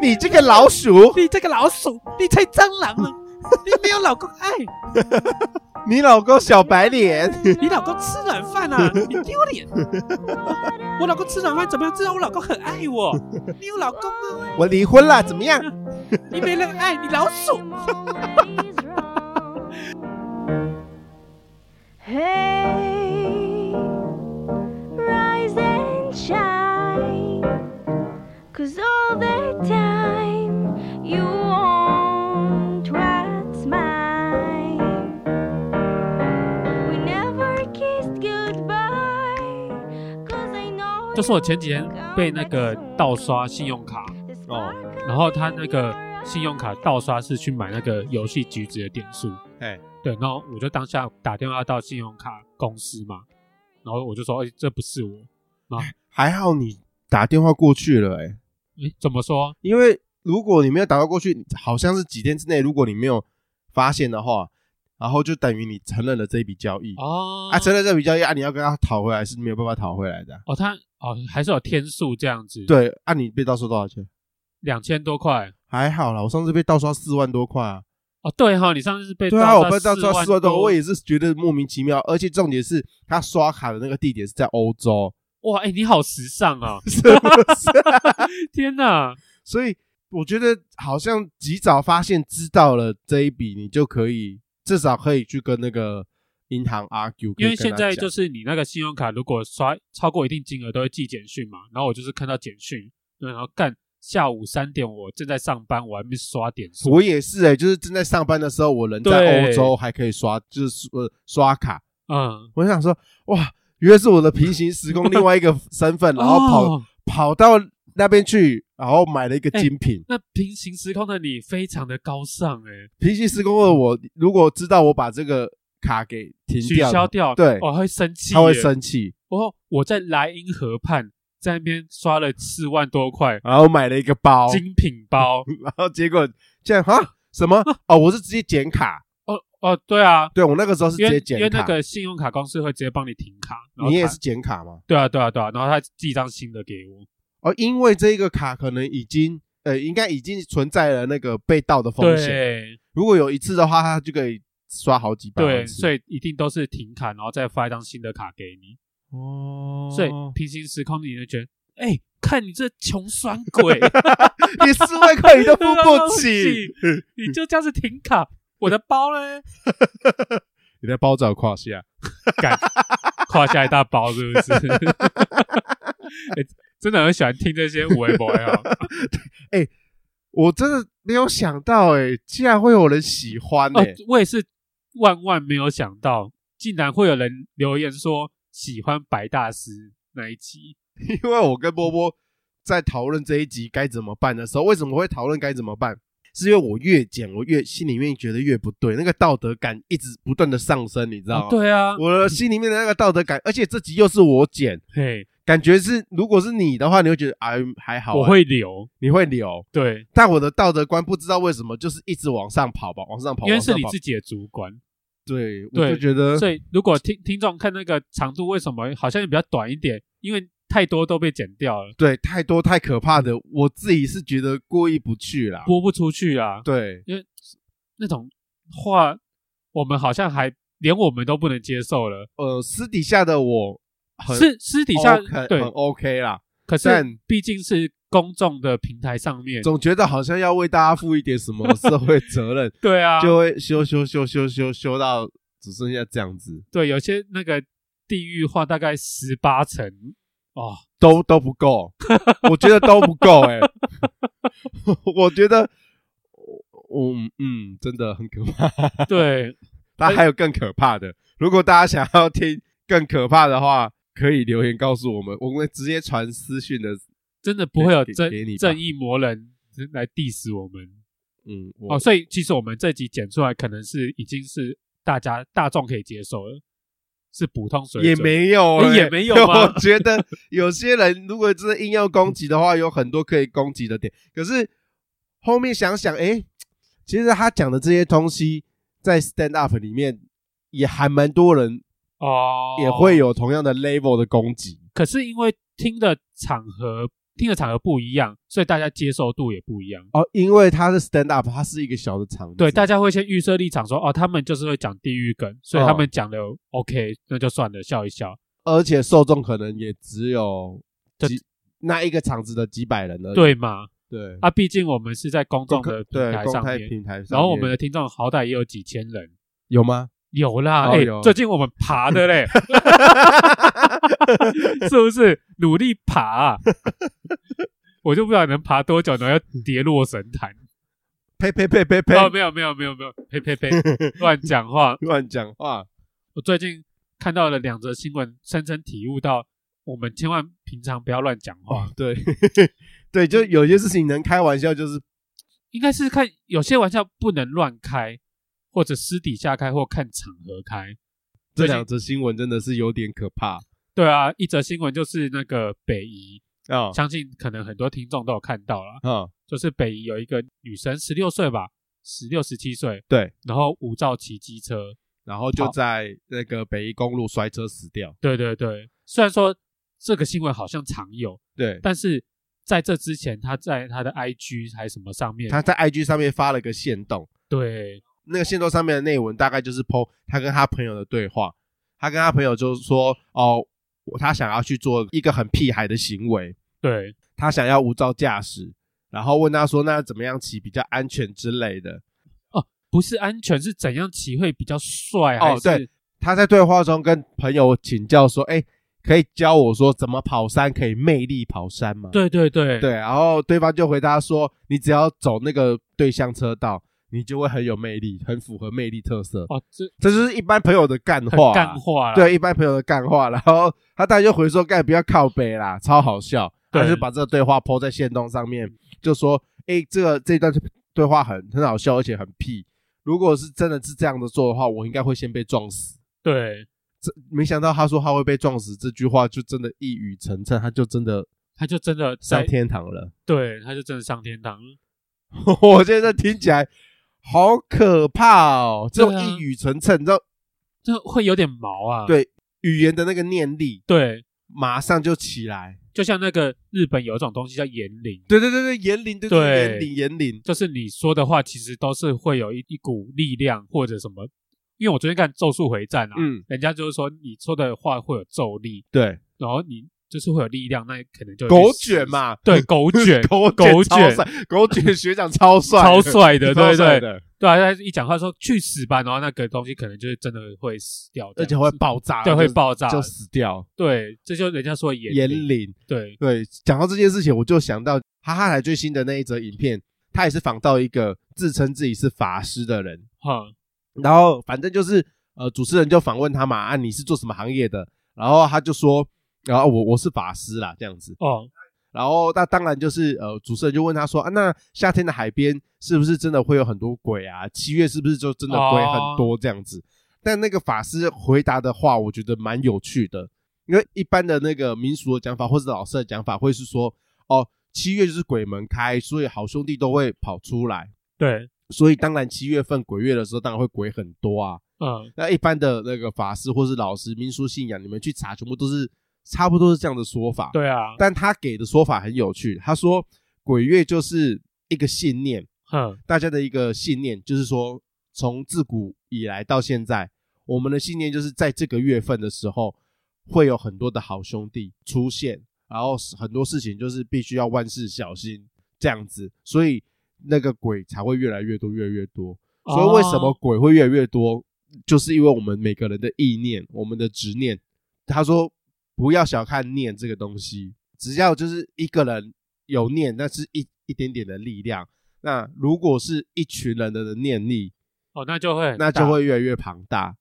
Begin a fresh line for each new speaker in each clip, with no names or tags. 你这个老鼠，
你这个老鼠，你才蟑螂呢！你没有老公哎 爱，
你老公小白脸，
你老公吃软饭啊，你丢脸！我老公吃软饭怎么样？知道我老公很爱我，你有老公啊？
我离婚了，怎么样？
你没人爱，你老鼠！
Hey, rise and shine. Cause all the time you want what's mine. We never kissed goodbye. Cause I know.
就是我前几天被那个盗刷信用卡，
哦
然后他那个信用卡盗刷是去买那个游戏橘子的点数，
哎，
对，然后我就当下打电话到信用卡公司嘛，然后我就说，哎、这不是我，
还好你打电话过去了、哎，
哎、怎么说？
因为如果你没有打到过去，好像是几天之内，如果你没有发现的话，然后就等于你承认了这一笔交易。
哦，
啊，承认这笔交易啊，你要跟他讨回来是没有办法讨回来的啊、
哦，他哦还是有天数这样子，，
对，啊，你被盗刷多少钱？
两千多块。
还好啦，我上次被盗刷四万多块啊。
哦，对哈、你上次是被
对啊，我被
盗
盗
刷
刷
4
四万多，
多，
我也是觉得莫名其妙。而且重点是他刷卡的那个地点是在欧 洲，
哇，哎、你好时 尚啊！
是不是？
天哪，
所以我觉得好像及早发现知道了这一笔，你就可以至少可以去跟那个银行 argue，
因为现在就是是你那个信用卡如果刷超过一定金额都会寄简讯嘛，然后我就是看到简讯，对然后干下午三点我正在上班，我还没刷点数
我，也是哎、就是正在上班的时候，我人在
对
欧洲还可以刷，就是呃刷卡。
嗯，
我想说，哇，原来是我的平行时空另外一 个身份，然后跑、
哦哎
跑到那边去，然后买了一个精品。
那平行时空的你非常的高尚哎、
平行时空的我，如果知道我把这个卡给停
取
掉了，
消掉，
对
我、会生气耶，
他会生气。
哦，我在莱茵河畔在那边刷了四万多块
然后买了一个包，
精 品包，
然后结果这样啊什么哦，我是直接剪卡，
哦哦，对啊，
对我那个时候是直
因为
接
因为
剪卡，
那个信用卡公司会直接帮你停卡，然后
你也
他
是剪卡吗？
对啊对啊对啊，然后他寄一张新的给我，
哦，因为这个卡可能已经呃，应该已经存在了那个被盗的风险。
对
如果有一次的话，他就可以刷好几百万
对，
次。
所
以
以一定都是停卡，然后再发一张新的卡给你，
哦
所以平行时空你就觉得，哎，看你这穷酸 鬼，
你四万块你都付不 起，
对啊，付不起你就这样子停卡，我的包嘞，
你的包找胯下。
胯下一大包是不是？ 欸真的很喜欢听这些无为 boy 啊，
我真的没有想到、哎，竟然会有人喜欢哎、
哦，我也是万万没有想到，竟然会有人留言说喜欢白大师那一集。
因为我跟波波在讨论这一集该怎么办的时候，为什么会讨论该怎么办？是因为我越剪，我越心里面觉得越不对，那个道德感一直不断的上升，你知道吗？
哦对啊，
我的心里面的那个道德感，而且这集又是我剪，
嘿，
感觉是如果是你的话，你会觉得哎还好啊、
我会留，
你会留，
对，
但我的道德观不知道为什么就是一直往上跑吧，往上跑，
因为是你
往上跑
自己的主管，
对，我
对
就觉得
所以如果听听众看那个长度，为什么好像比较短一点？因为太多都被剪掉了，
对太多太可怕的，我自己是觉得过意不去啦。
播不出去啊。
对，
因为那种话，我们好像还连我们都不能接受了。
呃，私底下的我很
私私底下
OK,
对
很，OK 啦，
可是
但
毕竟是公众的平台上面，
总觉得好像要为大家负一点什么社会责 任，
对啊，
就会修修修修修修到只剩下这样子，
对，有些那个地域化大概十八层哦，
都都不够，我觉得都不够哎、欸 我觉得。我嗯嗯，真的很可怕。
对，
那还有更可怕的，如果大家想要听更可怕的话，可以留言告诉我们，我们直接传私讯的。
真的不会有
给
正
给你吧
正义魔人来 diss 我们
嗯，我
哦，所以其实我们这集剪出来可能是已经是大家大众可以接受了，是普通水
也
准
没有、
诶
欸，
哦也没有吗
我觉得有些人如果真的硬要攻击的话，有很多可以攻击的点。可是后面想想，诶，其实他讲的这些东西在 stand up 里面也还蛮多人
哦，
也会有同样的 level 的攻击。
可是因为听的场合听的场合不一样，所以大家接受度也不一样。
哦，因为他是 stand up，他是一个小的场子，
对，大家会先预设立场说，哦，他们就是会讲地狱梗，所以
哦
他们讲的 OK，、那就算了，笑一笑。
而且受众可能也只有
这
几那一个场子的几百人而已。
对嘛？
对，
啊，毕竟我们是在公众
公开
的平
对
台
公
上
开
面，
平台上面，
然后我们的听众好歹也有几千人，
有吗？
有啦，
哦
哎、
有
最近我们爬的 嘞，是不是努力爬啊、 我就不知道能爬多久呢，要跌落神坛。
呸呸呸 呸呸！
哦，没有没有没有没有，呸 呸呸，乱讲话。
乱讲话，
我最近看到了两则新闻，深深体悟到，我们千万平常不要乱讲话。
哦对 对，就有些事情能开玩笑，就是
应该是看有些玩笑不能乱开，或者私底下开，或看场合开。
这
最近
两则新闻真的是有点可怕
对啊，一则新闻就是那个北宜，
啊
相信可能很多听众都有看到啦，
啊！
就是北宜有一个女生，十六岁吧，十六十七岁，
对，
然后无照骑机车，
然后就
好
在那个北一公路摔车死掉。
对对对。虽然说这个新闻好像常有，
对，
但是在这之前，她在她的 IG 还什么上面，
他在 IG 上面发了个线动，
对
那个线动上面的内文大概就是 PO 他跟他朋友的对话，他跟他朋友就说哦，我他想要去做一个很屁孩的行为，
对
他想要无照驾驶，然后问他说那怎么样骑比较安全之类的。
不是安全，是怎样骑会比较帅？还
哦
是
对他在对话中跟朋友请教说，哎，可以教我说怎么跑山可以魅力跑山吗？
对对对
对，然后对方就回答说，你只要走那个对向车道。你就会很有魅力，很符合魅力特色。
哦，这
这就是一般朋友的干
很
话、啊
干话啦，
对一般朋友的干话，然后他大家就回说干不要靠北啦，超好笑，
对
他就把这个对话抛在线动上面，就说诶，这个这段对话很很好笑，而且很屁。如果是真的是这样的做的话，我应该会先被撞死。
对，
这没想到他说他会被撞死，这句话就真的一语成谶，他就真的
他就真的
上
在
天堂了。
对，他就真的上天堂了。
我现在听起来好可怕哦，这种
对啊
一语成谶，你知道
这会有点毛啊。
对语言的那个念力
对，
马上就起来。
就像那个日本有一种东西叫言灵，
对对对对，言灵对
对
言灵言灵，
就是你说的话其实都是会有一一股力量或者什么。因为我昨天看《咒术回战》啊，
嗯，
人家就是说你说的话会有咒力，
对，
然后你就是会有力量，那可能就
狗卷嘛，，
对，狗卷
狗
狗
超
卷
帅，狗卷学长超帅，
超帅 的，
超
对
帅
对对
的，
啊！他一讲话说去死吧，然后那个东西可能就是真的会死掉，
而
这
且
样
会
子
爆炸，
对，
就
会爆炸，
就死掉。
对，这就人家说的
言
言灵，
灵，
对
对，讲到这件事情，我就想到哈哈台最新的那一则影片，他也是仿到一个自称自己是法师的人，
哈，
然后反正就是呃，主持人就访问他嘛，啊，你是做什么行业的？然后他就说，然后我我是法师啦，这样子。
哦，
然后那当然就是呃，主持人就问他说啊，那夏天的海边是不是真的会有很多鬼啊？七月是不是就真的鬼很多这样子？但那个法师回答的话，我觉得蛮有趣的，因为一般的那个民俗的讲法或者老师的讲法会是说，哦，七月就是鬼门开，所以好兄弟都会跑出来，
对，
所以当然七月份鬼月的时候，当然会鬼很多啊。
嗯，
那一般的那个法师或是老师、民俗信仰，你们去查，全部都是差不多是这样的说法。
对啊，
但他给的说法很有趣，他说鬼月就是一个信念，
哼，
大家的一个信念，就是说从自古以来到现在，我们的信念就是在这个月份的时候，会有很多的好兄弟出现，然后很多事情就是必须要万事小心这样子，所以那个鬼才会越来越多，越来越多。所以为什么
哦
鬼会越来越多，就是因为我们每个人的意念，我们的执念。他说不要小看念这个东西，只要就是一个人有念，那是一一点点的力量。那如果是一群人的念力，
哦，那就会很
那就
大
会越来越庞大。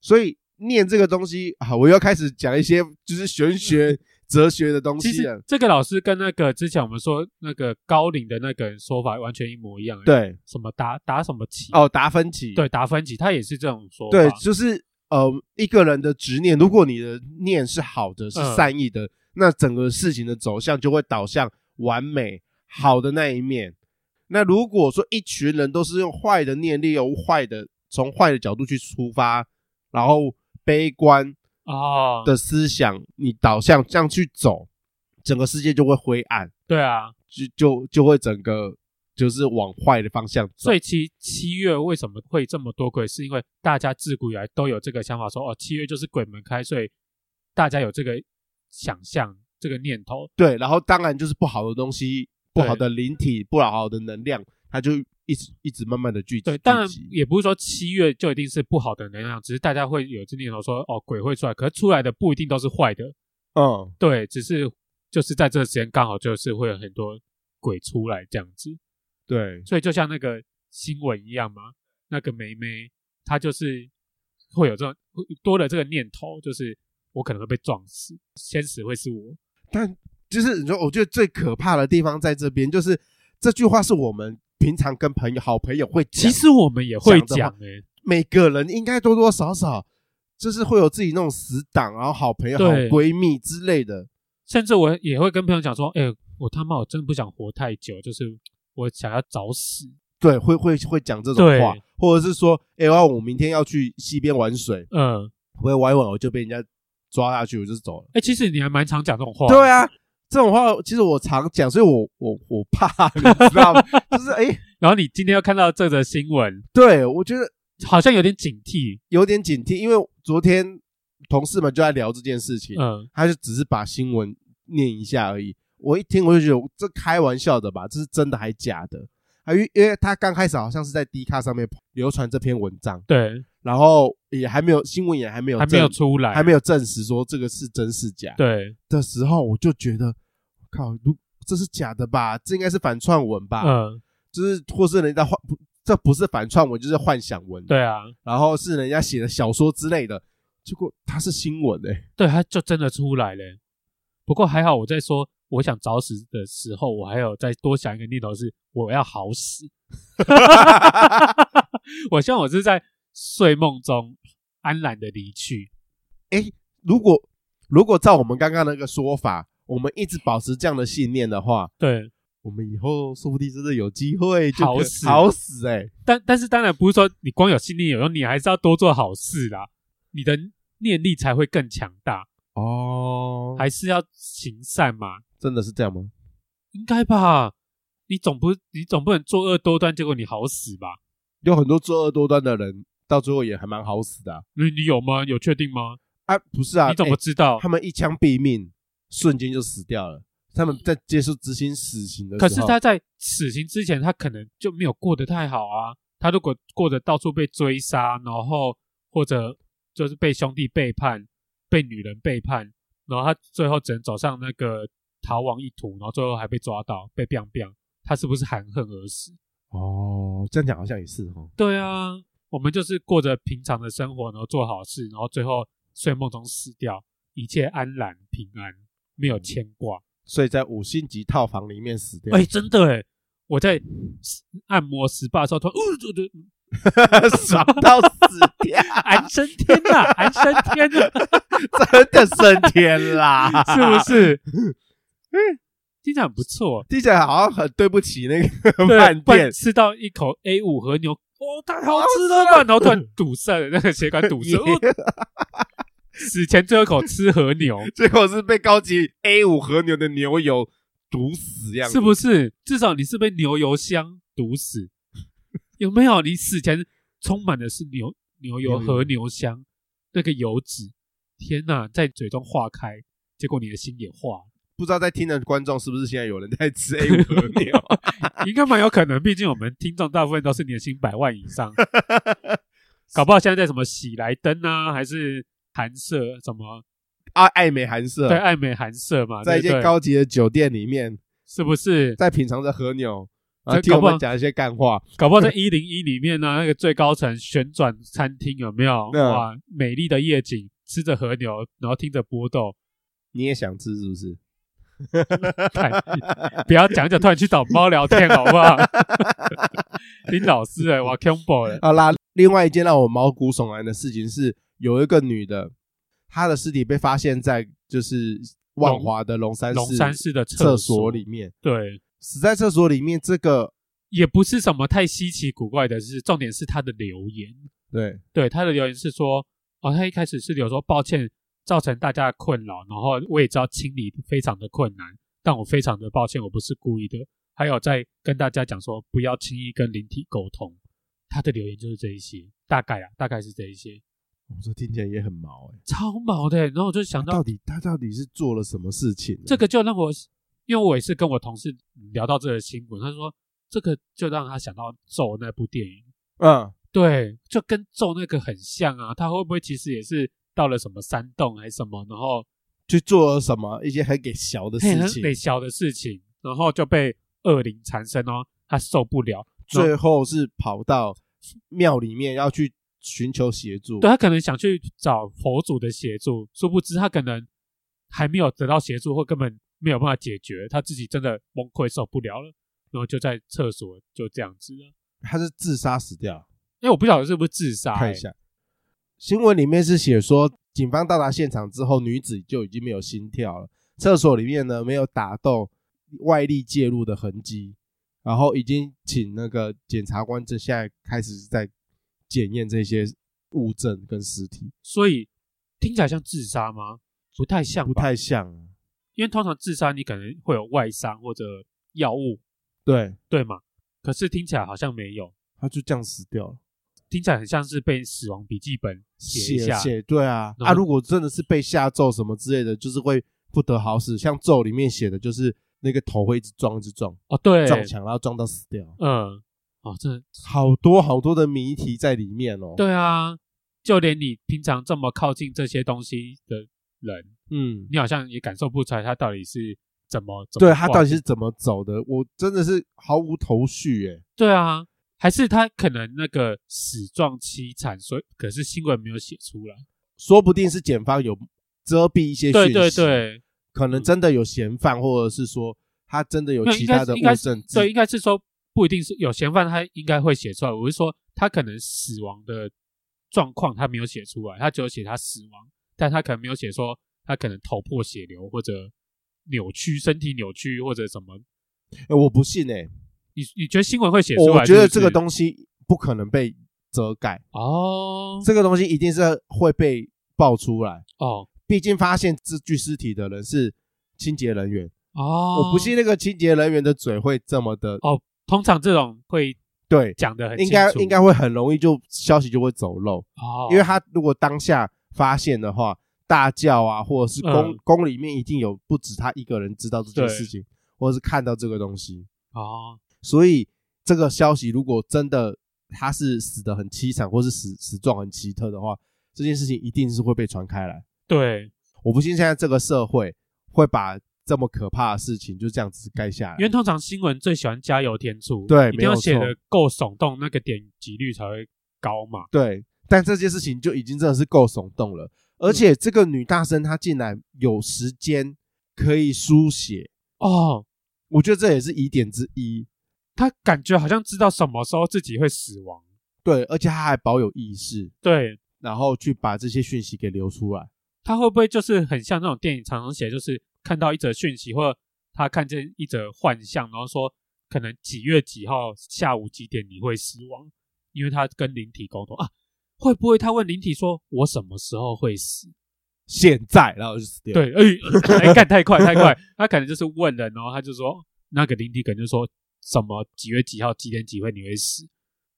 所以念这个东西啊，我又要开始讲一些就是玄 学、哲学的东
其
西了
实。这个老师跟那个之前我们说那个高龄的那个人说法完全一模一样，，
对，
什么达达什么奇，
哦，达芬奇，
对，达芬奇他也是这种说法，
对，就是呃，一个人的执念，如果你的念是好的，是
嗯
善意的，那整个事情的走向就会导向完美、好的那一面。那如果说一群人都是用坏的念力，用坏的从坏的角度去出发，然后悲观
哦，
的思想你导向这样去走，整个世界就会灰暗，
对啊，
就就就会整个就是往坏的方向走。
所以其七月为什么会这么多鬼，是因为大家自古以来都有这个想法说哦，七月就是鬼门开，所以大家有这个想象、这个念头。
对，然后当然就是不好的东西、不
对
好的灵体、不好的能量，它就一直一直慢慢的聚集。
对，当然
聚集
也不是说七月就一定是不好的能量，只是大家会有这念头说哦，鬼会出来，可是出来的不一定都是坏的，
嗯，
对，只是就是在这个时间刚好就是会有很多鬼出来这样子，
对，
所以就像那个新闻一样嘛，那个梅梅她就是会有这种会多了这个念头，就是我可能会被撞死，先死会是我，
就是你说，我觉得最可怕的地方在这边，就是这句话是我们平常跟朋友、好朋友会
其
讲，
实我们也会
讲的话
讲哎、欸
每个人应该多多少少就是会有自己那种死党，然后好朋友、好
对
闺蜜之类的。
甚至我也会跟朋友讲说，哎、我他妈我真的不想活太久，就是我想要早死。
对，会会会讲这种
对
话，或者是说，哎、哇我明天要去溪边玩水，
嗯，
我玩一玩我就被人家抓下去，我就走了。
哎、其实你还蛮常讲这种话。
对，啊，这种话其实我常讲，所以我我我怕，你知道 吗？就是哎、诶
然后你今天又看到这则新闻，
对我觉得
好像有点警惕。
有点警惕，因为昨天同事们就在聊这件事情，
嗯，
他就只是把新闻念一下而已。我一听我就觉得这开玩笑的吧，这是真的还假的？啊，因为因为他刚开始好像是在 D 卡上面流传这篇文章，
对，
然后也还没有新闻也还没有
还没
证
有出来，
还没有证实说这个是真是假
对，
的时候，我就觉得靠，如这是假的吧？这应该是反串文吧？
嗯，
就是或是人家幻，不这不是反串文，就是幻想文。，
对啊，
然后是人家写的小说之类的，结果它是新闻哎、
对，他就真的出来了。不过还好，我在说我想早死的时候，我还有再多想一个念头是我要 好死。 我希望我是在睡梦中安然的离去。
如果如果照我们刚刚那个说法，我们一直保持这样的信念的话，
对，
我们以后说不定真的有机会就可
好死
好死哎、
但但是当然不是说你光有信念有用，你还是要多做好事啦，你的念力才会更强大，
哦还
还是要行善嘛，
真的是这样吗？
应该吧？你总不你总不能作恶多端，结果你好死吧？
有很多作恶多端的人，到最后也还蛮好死的啊！
你你有吗？有确定吗？
啊不是啊，
你怎么
欸
知道？
他们一枪毙命，瞬间就死掉了。他们在接受执行死刑的时
可
候，
是他在死刑之前，他可能就没有过得太好啊。他如果过得到处被追杀，然后或者就是被兄弟背叛、被女人背叛，然后他最后只能走上那个逃亡一途，然后最后还被抓到、被 biang biang，他是不是含恨而死？
哦，这样讲好像也是哦。
对啊，我们就是过着平常的生活，然后做好事，然后最后睡梦中死掉，一切安然平安，没有牵挂。
所以在五星级套房里面死掉
哎、，真的哎、我在按摩 SPA 的时候，突然，哦，对对，
爽到死掉，
安升天呐、安升天呐、
真的升天啦！
是不是？哎听起来很不错，
听起来好像很对不起那个
对，
饭
不然
店，
吃到一口 A 五和牛，哦，太好吃了吧！然后突然堵塞了，那个血管 堵塞，哦死前最后一口吃和牛，
结果是被高级 A 五和牛的牛油毒死样子，
是不是？至少你是被牛油香毒死，有没有？你死前充满的是牛牛油
牛油
和牛香，那个油脂，天呐，在嘴中化开，结果你的心也化了。
不知道在听的观众是不是现在有人在吃 A 五和牛？
应该蛮有可能，毕竟我们听众大部分都是年薪百万以 上，搞不好现在在什么喜来登啊，还是韩舍什么
啊，爱美寒舍
对，爱美韩舍嘛，
在一
对不
间
对
高级的酒店里面，
是不 是？
在品尝着和牛，然后
这
听我
搞不
们
好
讲一些干话。
搞不好在一零一里面呢、啊那个最高层旋转餐厅有没有？
嗯
哇，美丽的夜景，吃着和牛，然后听着波豆，
你也想吃是不是？
看不要讲一讲，突然去找猫聊天好不好？ 林老师哎、哇 c o m b o 哎，
好啦，另外一件让我毛骨悚然的事情是，有一个女的，她的尸体被发现在就是万华的龙山
龙山市的
厕
所
所里，面，
对，
死在厕所里面。这个
也不是什么太稀奇古怪的事，重点是他的留言。
对
对，他的留言是说，哦，他一开始是有说抱歉，造成大家的困扰，然后我也知道清理非常的困难，但我非常的抱歉，我不是故意的。还有在跟大家讲说，不要轻易跟灵体沟通。他的留言就是这一些，大概啊，大概是这一些，
我说听起来也很毛哎、
超毛的欸、然后我就想到
啊到底他到底是做了什么事情呢？
这个就让我，因为我也是跟我同事聊到这个新闻，他说这个就让他想到咒那部电影，
嗯，
对，就跟咒那个很像啊。他会不会其实也是到了什么山洞还是什么，然后
去做了什么一些很给小的
嘿
事
很
情，
得小的事情，然后就被恶灵缠身哦，他受不了，
最后是跑到庙里面要去寻求协助。
对他可能想去找佛祖的协助，殊不知他可能还没有得到协助，或根本没有办法解决，他自己真的崩溃受不了了，然后就在厕所就这样子了。
他是自杀死掉，
因为我不晓得是不是自杀、
看一
欸
下新闻里面是写说，警方到达现场之后，女子就已经没有心跳了，厕所里面呢没有打斗外力介入的痕迹，然后已经请那个检察官这现在开始在检验这些物证跟尸体，
所以听起来像自杀吗？不太像吧，
不太像啊，
因为通常自杀你可能会有外伤或者药物，
对，
对吗？可是听起来好像没有，
他就这样死掉了。
听起来很像是被死亡笔记本写一
写
下，
写对啊
然后
啊！如果真的是被下咒什么之类的，就是会不得好死。像咒里面写的就是那个头会一直撞，一直撞，
哦，对，
撞墙，然后撞到死掉。
嗯，哦，真的，
好多好多的谜题在里面哦。，
对啊，就连你平常这么靠近这些东西的人，
嗯，
你好像也感受不出来他到底是怎么，怎么
对他
晃
到底是怎么走的，我真的是毫无头绪诶。
对啊，还是他可能那个死状凄惨，所以可是新闻没有写出来，
说不定是检方有遮蔽一些讯
对
息，
对，对，
可能真的有嫌犯，或者是说他真的有
没有
其
应该
他的
应该
物证
对，
之，
应该是说不一定是有嫌犯，他应该会写出来。我是说，他可能死亡的状况他没有写出来，他只有写他死亡，但他可能没有写说他可能头破血流或者扭曲身体扭曲或者什么。
诶我不信诶，
你你觉得新闻会写出来
我觉得这个
西
东西不可能被遮盖。
哦
这个东西一定是会被爆出来。
哦
毕竟发现这具尸体的人是清洁人员，
哦，
我不信那个清洁人员的嘴会这么的
哦。通常这种会
对，
讲的很
应该
清楚
应该会很容易就消息就会走漏，
哦，
因为他如果当下发现的话，大叫啊，或者是宫
嗯
宫里面一定有不止他一个人知道这件
对
事情，或者是看到这个东西，
哦
所以这个消息如果真的他是死的很凄惨，或是死死状很奇特的话，这件事情一定是会被传开来。
对，
我不信现在这个社会会把这么可怕的事情就这样子盖下
因为
来。
通常新闻最喜欢加油添醋，
对
一定
没有
要写
错
的够耸动，那个点击率才会高嘛。
对，但这件事情就已经真的是够耸动了。
嗯
而且这个女大生她竟然有时间可以书写，
哦，
我觉得这也是疑点之一。
他感觉好像知道什么时候自己会死亡，
对，而且她还保有意识，
对
然后去把这些讯息给流出来。
他会不会就是很像那种电影常常写，就是看到一则讯息或他看见一则幻象，然后说可能几月几号下午几点你会死亡，因为他跟灵体沟通啊，会不会他问灵体说我什么时候会死？
现在，然后就死掉。，
对，哎、哎干太快太快，他可能就是问人，然后他就说那个灵体可能就说什么几月几号几点几分你会死，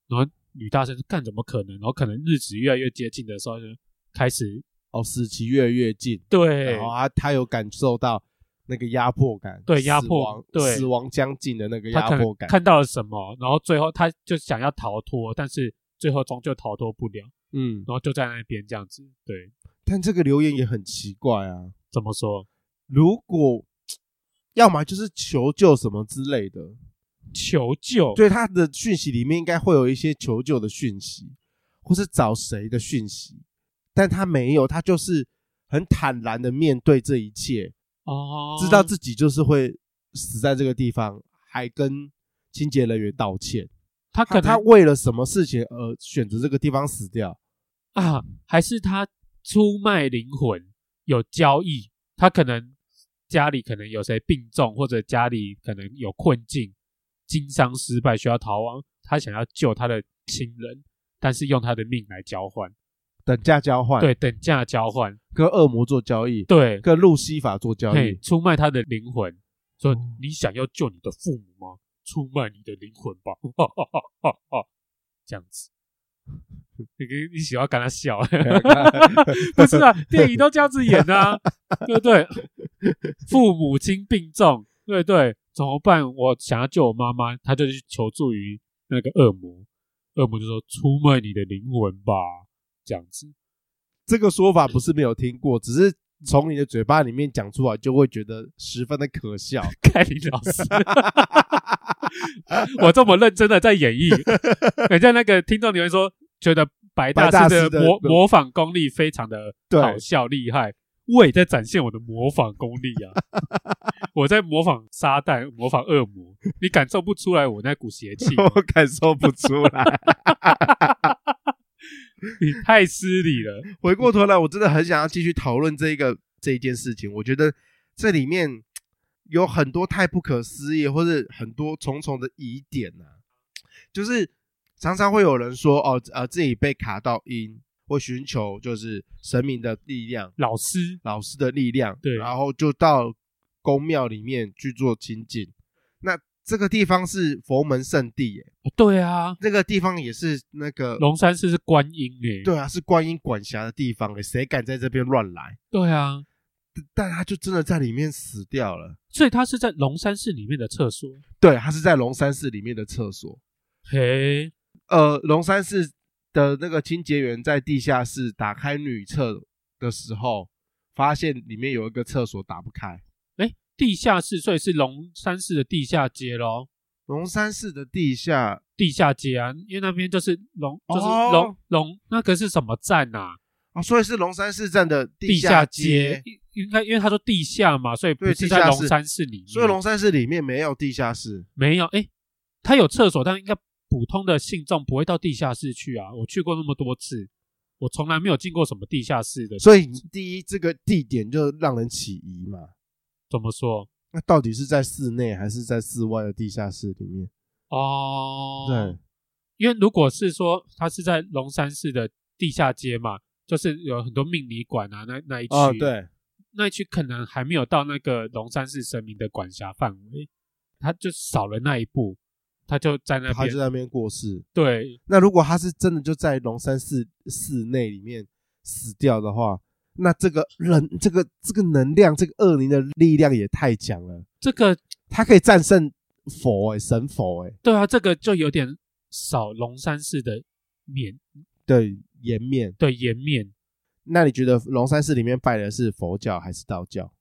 然后女大生说干怎么可能？然后可能日子越来越接近的时候，就开始
哦，死期越来越近，
对
然后她她有感受到那个压迫感，
对压
死
迫
亡
对
死亡将近的那个
他
压
可
迫
能
感。
看到了什么，然后最后他就想要逃脱，但是最后终究逃脱不了，
嗯
然，后就在那边这样子。对，
但这个留言也很奇怪啊。
怎么说？
如果要么就是求救什么之类的，
求救？
所以他的讯息里面应该会有一些求救的讯息，或是找谁的讯息，但他没有，他就是很坦然的面对这一切，
哦，
知道自己就是会死在这个地方，还跟清洁人员道歉。
他可
他
能
他为了什么事情而选择这个地方死掉？
啊，还是他出卖灵魂有交易，他可能家里可能有谁病重，或者家里可能有困境，经商失败需要逃亡，他想要救他的亲人，但是用他的命来交换，
等价交换，，
对，等价交换，
跟恶魔做交易，
对，
跟路西法做交
嘿，
易，
出卖他的灵魂，说你想要救你的父母吗？出卖你的灵魂吧，哈哈哈哈哈！这样子，你你喜欢跟他笑，不是啊，电影都这样子演啊，对不对？父母亲病重，对不对？怎么办？我想要救我妈妈，他就去求助于那个恶魔，恶魔就说出卖你的灵魂吧，这样子，
这个说法不是没有听过，只是从你的嘴巴里面讲出来，就会觉得十分的可笑。
看你老师。 我这么认真的在演绎，人家那个听众留言说，觉得白大
白大
师
师的
模模仿功力非常的
对
好笑厉害。我也在展现我的模仿功力啊！我在模仿撒旦，模仿恶魔，你感受不出来我那股邪气，
我感受不出来。
你太失礼了。
回过头来，我真的很想要继续讨论这一个这一件事情。我觉得这里面有很多太不可思议，或者很多重重的疑点呐、就是常常会有人说，哦，呃，自己被卡到音，会寻求就是神明的力量、
老师，
老师的力量，
对
然后就到宫庙里面去做清净。那这个地方是佛门圣地耶，
对啊，
这个地方也是那个
龙山寺是观音欸诶、
对啊，是观音管辖的地方耶，谁敢在这边乱来？
对啊，
但他就真的在里面死掉了。
所以它是在龙山寺里面的厕所。
对，他是在龙山寺里面的厕所。
嘿，
呃，龙山寺的那个清洁员在地下室打开女厕的时候，发现里面有一个厕所打不开。
哎，地下室，所以是龙山寺的地下街咯。
龙山寺的地下
地下街啊，因为那边就是龙，
哦
就是龙、龙那个是什么站啊？
啊、所以是龙山寺站的
地
地下
街
街，，
应应该因为他说地下嘛，所以不
对
是
地
在
下室
龙山寺里面，
所以龙山寺里面没有地下室。
没有哎，他有厕所，但应该普通的信众不会到地下室去啊。我去过那么多次，我从来没有进过什么地下室的。
所以第一，这个地点就让人起疑嘛。
怎么说？
那到底是在室内还是在室外的地下室里面？
哦，
对，
因为如果是说它是在龙山寺的地下街嘛，就是有很多命理馆啊，那那一区，
哦，对，
那一区可能还没有到那个龙山寺神明的管辖范围，他就少了那一步，他就在那
他
边
就在那边过世。
对
那如果他是真的就在龙山寺寺内里面死掉的话，那这个人这个这个能量，这个恶灵的力量也太强了，
这个
他可以战胜佛哎、神佛哎、
对啊，这个就有点少龙山寺的面
对颜面。
对颜面。
那你觉得龙山寺里面拜的是佛教还是道教？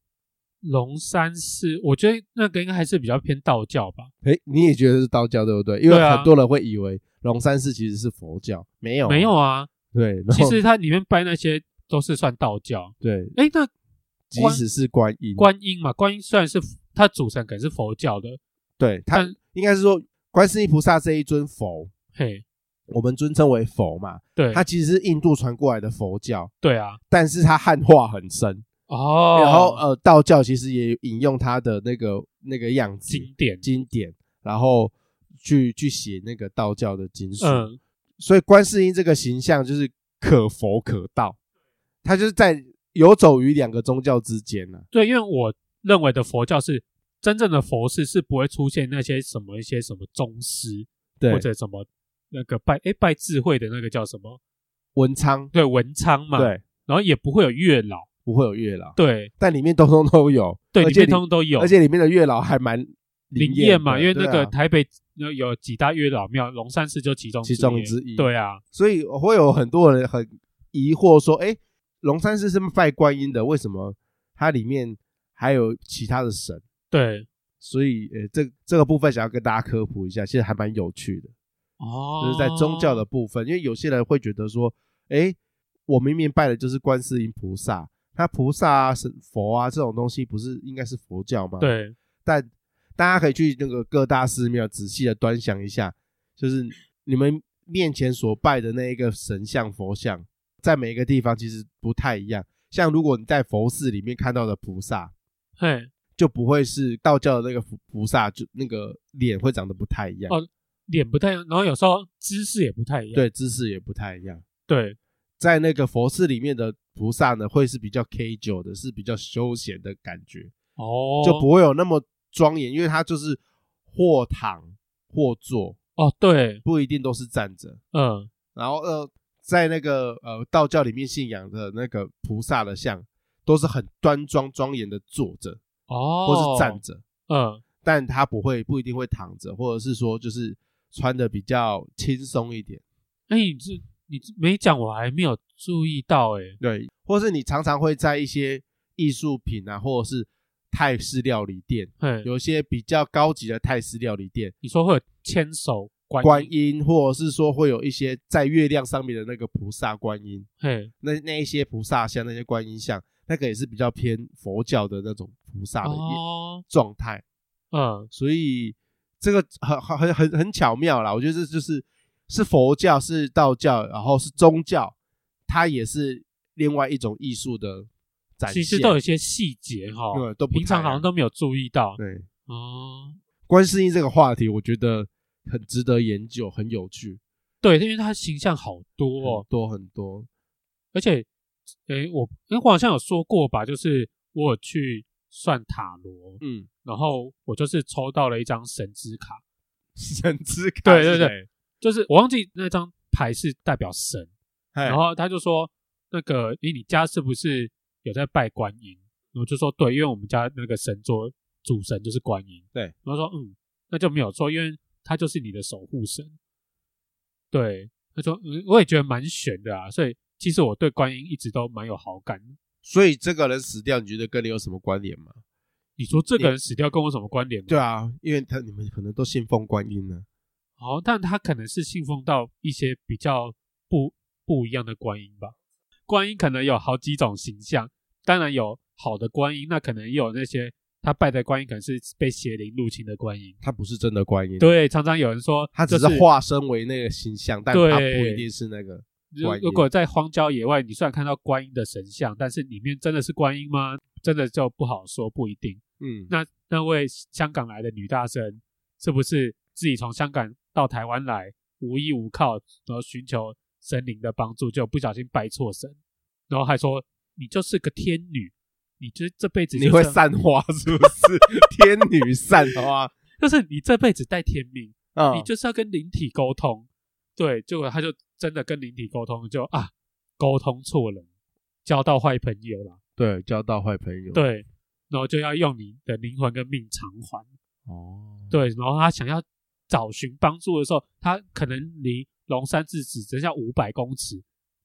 龙山寺，我觉得那个应该还是比较偏道教吧。
诶，你也觉得是道教对不对？因为
对啊
很多人会以为龙山寺其实是佛教，没有
没有 啊，
对，然后
其实它里面拜那些都是算道教。
对，
诶，那
即
观
使是观音，
观音嘛，观音虽然是它主神可能是佛教的，
对他
但
应该是说观世音菩萨这一尊佛，
嘿，
我们尊称为佛嘛，
对，
它其实是印度传过来的佛教，
对啊，
但是它汉化很深。
哦，
然后呃，道教其实也引用它的那个那个样子
经典，
经典，然后去去写那个道教的经书。
嗯，
所以观世音这个形象就是可佛可道，它就是在游走于两个宗教之间啊呢、
对，因为我认为的佛教是真正的佛事是不会出现那些什么一些什么宗师
对
或，者什么那个拜哎拜智慧的那个叫什么
文昌
对文昌嘛，，
对
然后也不会有月老，
不会有月老，
对
但里面通通都有，
对，
而
里
且
面通通都有，
而且里面的月老还蛮
灵
验
验嘛，
的
因为
对
那个
啊
台北有有几大月老庙，龙山寺就其中
其中
一，
之一，
对啊，
所以会有很多人很疑惑说，哎，龙山寺是拜观音的，为什么它里面还有其他的神？
对。
所以，呃，这这个部分想要跟大家科普一下，其实还蛮有趣的，
哦，
就是在宗教的部分，因为有些人会觉得说，哎，我明明拜的就是观世音菩萨，那菩萨啊、神佛啊这种东西，不是应该是佛教吗？，
对，
但大家可以去那个各大寺庙仔细的端详一下，就是你们面前所拜的那一个神像、佛像，在每一个地方其实不太一样。像如果你在佛寺里面看到的菩萨，
嘿，
就不会是道教的那个菩菩萨，就那个脸会长得不太一样，
哦脸不太一样，然后有时候姿势也不太一样。
对，姿势也不太一样。
对
在那个佛寺里面的菩萨呢，会是比较 K 九的，是比较休闲的感觉，
哦，
就不会有那么庄严，因为他就是或躺或坐，
哦，对，
不一定都是站着。
嗯，
然后呃，在那个呃道教里面信仰的那个菩萨的像，都是很端庄庄严的坐着
哦，
或是站，着，
嗯，
但他不会不一定会躺着，或者是说就是穿的比较轻松一点，
哎，你这你这没讲，我还没有注意到，哎，
对，或是你常常会在一些艺术品啊，或者是泰式料理店，
嘿，
有一些比较高级的泰式料理店，
你说会有牵手观
观
音，
音，或者是说会有一些在月亮上面的那个菩萨观音，
嘿，
那那一些菩萨像、那些观音像，那个也是比较偏佛教的那种菩萨的业
哦，
状态，
嗯，
所以这个很很很很很巧妙啦。我觉得这就是是佛教、是道教，然后是宗教，它也是另外一种艺术的展现。
其实都有一些细节哈，
对都不
平常
太
好像都没有注意到，
对
哦，
观世音这个话题，我觉得很值得研究，很有趣，
对，因为他形象好多哦
很，多很多。
而且，诶，我诶，我好像有说过吧，就是我有去算塔罗，
嗯，
然后我就是抽到了一张神之卡，
神之卡
对对
是
对
谁，
就是我忘记那张牌是代表神，
嘿
然后他就说那个，诶，你家是不是有在拜观音？我就说对，因为我们家那个神桌主神就是观音，
对
然后说嗯，那就没有错，因为他就是你的守护神，对，他说嗯，我也觉得蛮悬的啊，所以其实我对观音一直都蛮有好感的。
所以这个人死掉，你觉得跟你有什么关联吗？
你说这个人死掉跟我什么关联吗？
对啊，因为他你们可能都信奉观音呢、
哦，但他可能是信奉到一些比较不不一样的观音吧。观音可能有好几种形象，当然有好的观音，那可能也有那些他拜的观音可能是被邪灵入侵的观音。
他不是真的观音，
对，常常有人说
他只
就是是
化身为那个形象，但
对
他不一定是那个。
如
观音
如果在荒郊野外，你虽然看到观音的神像，但是里面真的是观音吗？真的就不好说，不一定。
嗯，
那那位香港来的女大生，是不是自己从香港到台湾来，无依无靠，然后寻求神灵的帮助，就不小心拜错神，然后还说你就是个天女，你就是这辈子就是
你会，散花是不是？ 天女散花
就是你这辈子带天命，
啊，
你就是要跟灵体沟通。对，结果他就真的跟灵体沟通，就啊，沟通错人，交到坏朋友啦。
对交到坏朋友。
对，然后就要用你的灵魂跟命偿还。
哦，
对，然后他想要找寻帮助的时候，他可能离龙山寺只剩下五百公尺，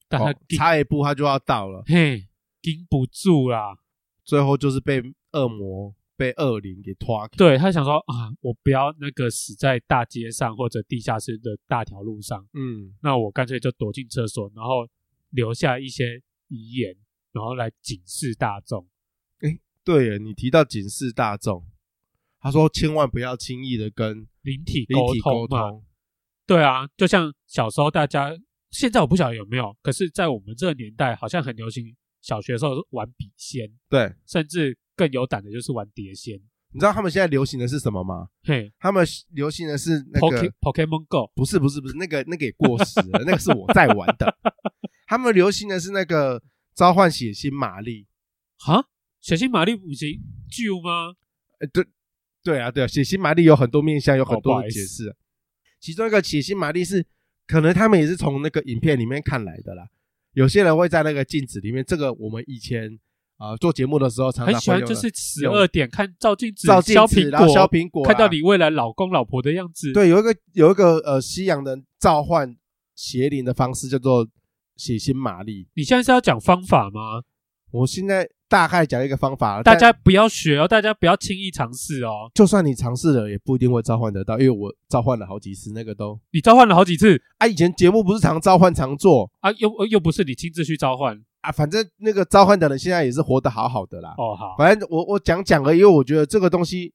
但他
哦
顶、
差一步他就要到了，
嘿顶不住啦。
最后就是被恶魔、被恶灵给拖开。
对他想说啊，我不要那个死在大街上或者地下室的大条路上，
嗯，
那我干脆就躲进厕所，然后留下一些遗言，然后来警示大众。
对耶，你提到警示大众，他说千万不要轻易的跟
灵体
灵
沟
体
通
沟
嘛，
通。
对啊，就像小时候大家，现在我不晓得有没有，可是，在我们这个年代，好像很流行小学的时候玩笔仙，
对，
甚至更有胆的就是玩碟仙，
你知道他们现在流行的是什么吗？
嘿、
他们流行的是那
p o
个
k e Pokemon Go，
不是不是不是，那个那个也过时了，那个是我在玩的。 他们流行的是那个召唤血腥玛丽，
哈，血腥玛丽不行救吗？
呃，对对啊对啊，血腥玛丽有很多面向，有很
哦不
多
好
的
意
解
思
释。其中一个血腥玛丽是，可能他们也是从那个影片里面看来的啦。有些人会在那个镜子里面，这个我们以前啊、呃做节目的时候常
很
常
喜
会
欢
用
就
的
是十二点看照镜子，
照镜
削
子，
苹
然后
果，
削苹果啊，
看到你未来老公老婆的样子，，
对，有一个有一个呃西洋的召唤邪灵的方式叫做血腥玛丽。
你现在是要讲方法吗？
我现在大概讲一个方法，
大
但
家不要学哦，大家不要轻易尝试哦，
就算你尝试了，也不一定会召唤得到，因为我召唤了好几次，那个都
你召唤了好几次
啊，以前节目不是常召唤常做
啊，又又不是你亲自去召唤，
啊，反正那个召唤的人现在也是活得好好的啦。
哦好，
反正我我讲讲了，因为我觉得这个东西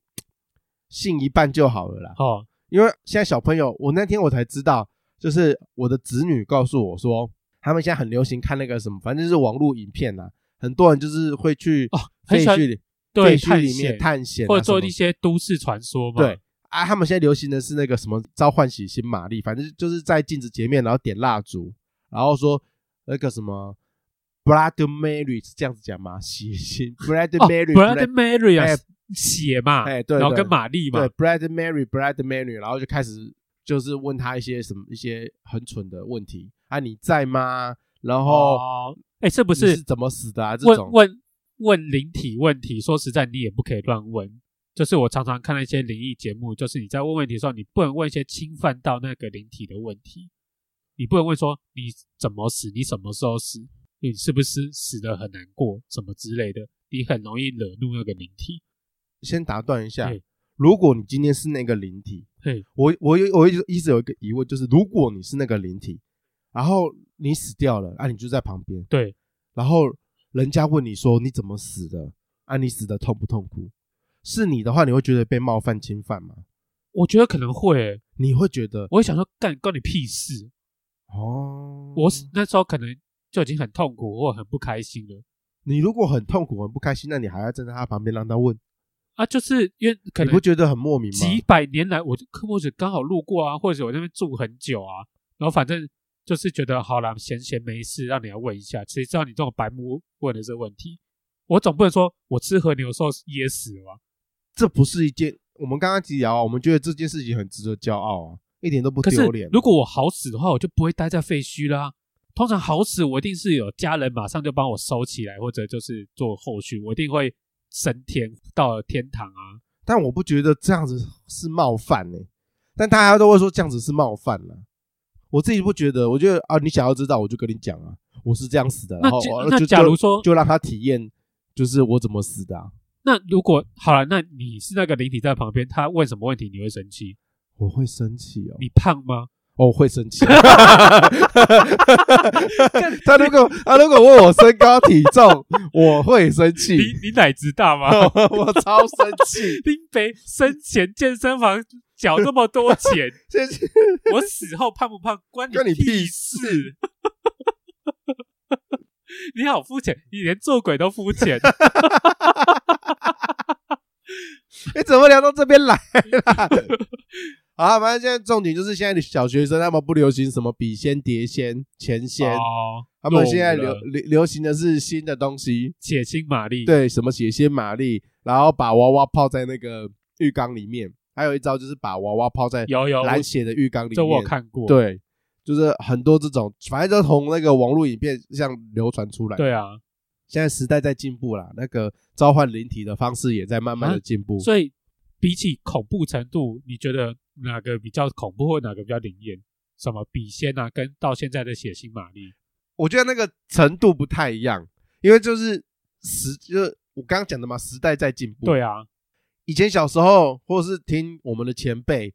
信一半就好了啦。
哦
因为现在小朋友，我那天我才知道，就是我的子女告诉我说，他们现在很流行看那个什么，反正就是网络影片啦，很多人就是会去
哦，很
废
喜欢
墟里、
对
废墟里
探
面
险
探险啊什么，
或者做一些都市传说嘛，
对，啊，他们现在流行的是那个什么召唤血腥玛丽，反正就是在镜子前面，然后点蜡烛，然后说那个什么 Blood Mary 是这样子讲吗？血 型 Blood
哦
Mary，
，Blood Mary 啊
哎，
血嘛，
哎对
然后
对
跟玛丽嘛
对，，Brad Mary Brad Mary，然后就开始就是问他一些什么一些很蠢的问题啊，你在吗？然后
哦，哎，这不
你是
是
怎么死的啊？这
问
种
问问灵体问题，说实在，你也不可以乱问。就是我常常看到一些灵异节目，就是你在问问题的时候，你不能问一些侵犯到那个灵体的问题，你不能问说你怎么死，你什么时候死，你是不是死的很难过，什么之类的，你很容易惹怒那个灵体。
先打断一下
嗯，
如果你今天是那个灵体
嗯，
我我有我一直一直有一个疑问，就是如果你是那个灵体，然后你死掉了啊，你就在旁边，
对，
然后人家问你说你怎么死的啊，你死的痛不痛苦？是你的话，你会觉得被冒犯侵犯吗？
我觉得可能会欸、
你会觉得
我会想说干关你屁事，
哦，
我死那时候可能就已经很痛苦或很不开心了
你如果很痛苦、很不开心，那你还要站在他旁边让他问，
啊，就是因为可
你
能
不觉得很莫名吗？
几百年来，我就或者刚好路过啊，或者我在那边住很久啊，然后反正就是觉得好啦，闲闲没事，让你来问一下。谁知道你这种白目问的这问题，我总不能说我吃和牛的时候噎死了吧？
这不是一件我们刚刚提聊啊，我们觉得这件事情很值得骄傲啊，一点都不
可是
丢脸。
如果我好死的话，我就不会待在废墟啦。通常好死，我一定是有家人马上就帮我收起来，或者就是做后续，我一定会升天到了天堂啊。
但我不觉得这样子是冒犯呢、但大家都会说这样子是冒犯了、我自己不觉得，我觉得啊，你想要知道我就跟你讲啊，我是这样死的，
那
然后
假
我
那
就
假如说
就就让他体验，就是我怎么死的、啊，
那如果好了，那你是那个灵体在旁边，他问什么问题你会生气？
我会生气哦，
你胖吗？
哦，我会生 气。 他如果他如果问我身高体重，我会生气，
你你奶子大吗？
我超生气。
林北生前健身房缴那么多钱，
这是
我死后胖不胖关
关你
屁
屁
事。 你好肤浅，你连做鬼都 肤浅。
你怎么聊到这边来 了？好啊，反正现在重点就是现在的小学生他们不流行什么笔仙、碟仙、钱仙，
哦，
他们现在
落伍
流
了
流流行的是新的东西，
血腥玛丽，，
对，什么写仙玛丽，然后把娃娃泡在那个浴缸里面，还有一招就是把娃娃泡在
有有，
蓝血的浴缸里
这我有
面，
看过。
对，就是很多这种，反正就从那个网络影片上流传出来。
对，啊，
现在时代在进步啦，那个召唤灵体的方式也在慢慢的进步。
所以比起恐怖程度，你觉得哪个比较恐怖，或哪个比较灵验？什么笔仙啊，跟到现在的血腥玛丽，
我觉得那个程度不太一样，因为就是时就是我刚刚讲的嘛，时代在进步。
对，啊，
以前小时候或者是听我们的前辈。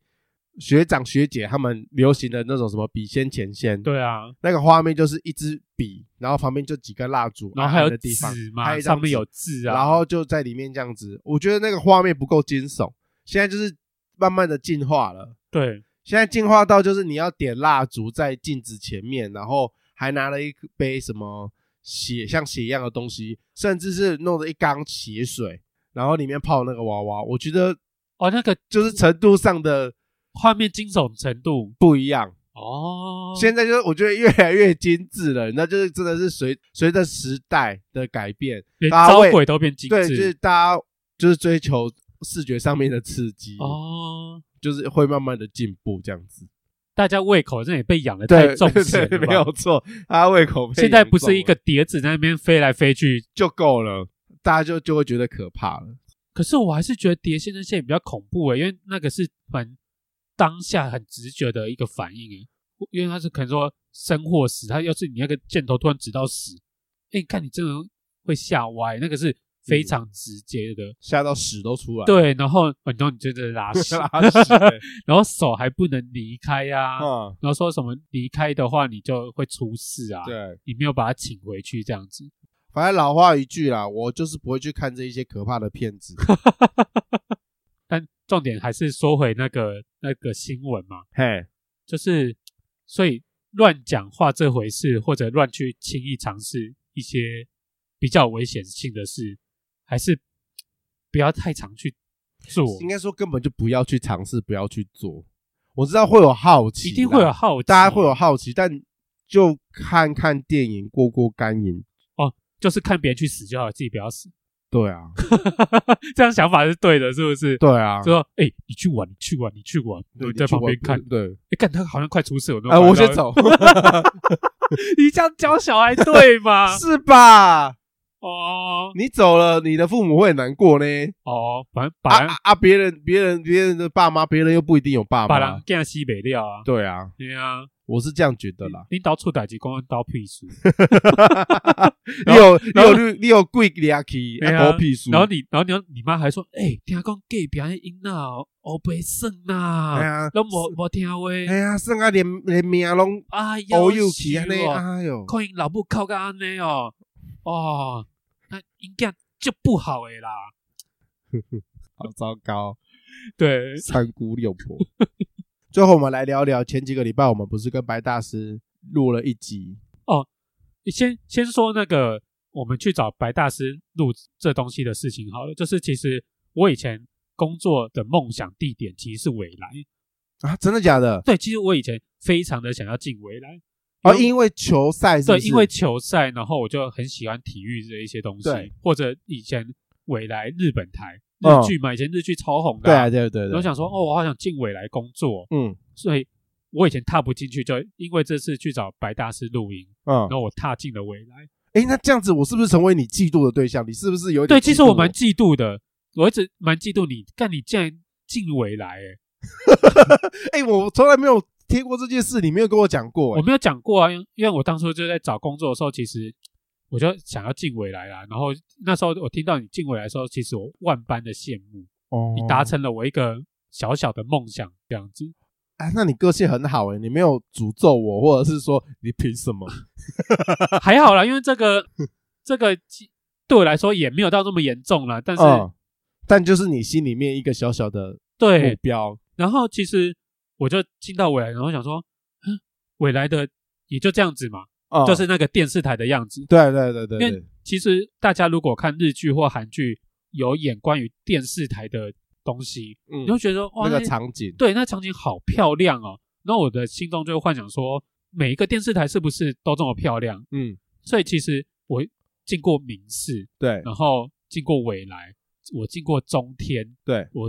学长学姐他们流行的那种什么笔仙前仙，，
对啊，
那个画面就是一支笔，然后旁边就几根蜡烛，
然后还
暗
有
暗的地方
纸
还
嘛，
有一张
上面
纸
有字啊，
然后就在里面这样子。我觉得那个画面不够惊悚，现在就是慢慢的进化了。
对，
现在进化到就是你要点蜡烛在镜子前面，然后还拿了一杯什么血像血一样的东西，甚至是弄了一缸血水，然后里面泡那个娃娃。我觉得
哦，那个
就是程度上的
画面惊悚程度
不一样。
哦，
现在就是我觉得越来越精致了，那就是真的是随随着时代的改变，
连
大家
招
为
鬼都变精
对，就是
致
大家就是追求视觉上面的刺激。
哦，
就是会慢慢的进步这样子。
大家胃口真的也被养的太重视
对
了吧，
没有错，他胃口被
现在
养
不是一
中
个
了
碟子在那边飞来飞去，
就够了，大家就就会觉得可怕了。
可是我还是觉得碟仙那些比较恐怖欸诶、因为那个是蛮当下很直觉的一个反应诶、因为他是可能说生或死，他要是你那个箭头突然指到死，哎、看你真的会吓歪，那个是非常直接的。
吓到屎都出来，
对，然后然后你就真的拉 屎，
拉屎欸
然后手还不能离开呀、
嗯，
然后说什么离开的话你就会出事啊，
对，
你没有把他请回去这样子，
反正老话一句啦，我就是不会去看这一些可怕的片 子。
但重点还是说回那个那个新闻嘛，
嘿，
就是所以乱讲话这回事，或者乱去轻易尝试一些比较有危险性的事，还是不要太常去做，
应该说根本就不要去尝试，不要去做。我知道会有好奇啦，
一定会有好奇，
大家会有好奇，但就看看电影过过干瘾。
就是看别人去死就好，自己不要死。
对啊，
这样想法是对的，是不是？
对啊，
就说，哎、你去玩，你去玩，你去玩，
对
我在旁边看。
对，
哎，看他好像快出事，我都
哎，我先。走，
你这样教小孩对 吗？
是吧？
哦
你走了，你的父母会很难过呢。
哦，反正把
啊
人
啊啊！别人、别人、别人的爸妈，别人又不一定有爸
把人
妈。
干西北料啊，
对啊，
对啊，
我是这样觉得啦。
领导出代志，公安刀屁事。
你有你有你有贵俩去，
对啊
狗屁书。
然后你，然后你要，你妈还说，哎，听讲 gay 表演音呐，我不会算
哎
呐，
呀，
都无无听话。
哎呀，剩啊连连名拢
哎呀，
欧又去安尼，
是哦
哎呦，
可能老母靠个安尼哦，哦，那应该就不好诶啦。
好糟糕，
对，
三姑六婆。 最后我们来聊聊前几个礼拜，我们不是跟白大师录了一集？
先先说那个我们去找白大师录这东西的事情好了，就是其实我以前工作的梦想地点其实是未来，
啊，真的假的？
对，其实我以前非常的想要进未来，
哦，因为球赛是不
对，
是
因为球赛，然后我就很喜欢体育的一些东西
对，
或者以前未来日本台
嗯
日剧嘛，以前日剧超红的、
对啊，对对
然后
对，
想说哦，我好想进未来工作，
嗯
所以我以前踏不进去，就因为这次去找白大师录音，
嗯
然，后我踏进了未来。
哎，那这样子，我是不是成为你嫉妒的对象？你是不是有点嫉
对，
妒？
其实我蛮嫉妒的，我一直蛮嫉妒你，但你竟然进未来、欸，
哎，我从来没有听过这件事，你没有跟我讲过，
我
哎，
没有讲过啊，因为因为我当初就在找工作的时候，其实我就想要进未来啦。然后那时候我听到你进未来的时候，其实我万般的羡慕，
哦
你达成了我一个小小的梦想，这样子。
啊，那你个性很好哎、你没有诅咒我，或者是说你凭什么？
还好啦，因为这个这个对我来说也没有到这么严重啦，但是、
嗯，但就是你心里面一个小小的
对
目标，
然后其实我就进到未来，然后想说，嗯未来的也就这样子嘛，
嗯
就是那个电视台的样子。
对对对对
因
对
为，其实大家如果看日剧或韩剧，有演关于电视台的东西，你
嗯
会，觉得哇，
那个
那
场景，
对那场景好漂亮哦。那我的心中就会幻想说，每一个电视台是不是都这么漂亮？
嗯，
所以其实我进过明视，
对
然后进过未来，我进过中天，
对，
我，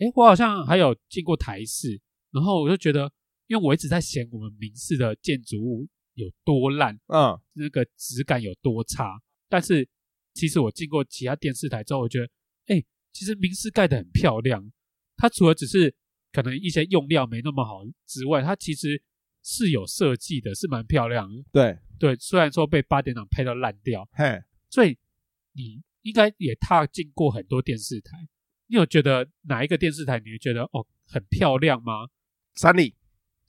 诶，我好像还有进过台视，然后我就觉得，因为我一直在嫌我们明视的建筑物有多烂，
嗯，
那个质感有多差，但是其实我进过其他电视台之后，我觉得，诶，其实明视盖的很漂亮，它除了只是可能一些用料没那么好之外，它其实是有设计的，是蛮漂亮的。
对，
对，虽然说被八点档拍到烂掉，
嘿，
所以你应该也踏进过很多电视台。你有觉得哪一个电视台你会觉得哦很漂亮吗？
三立，嗯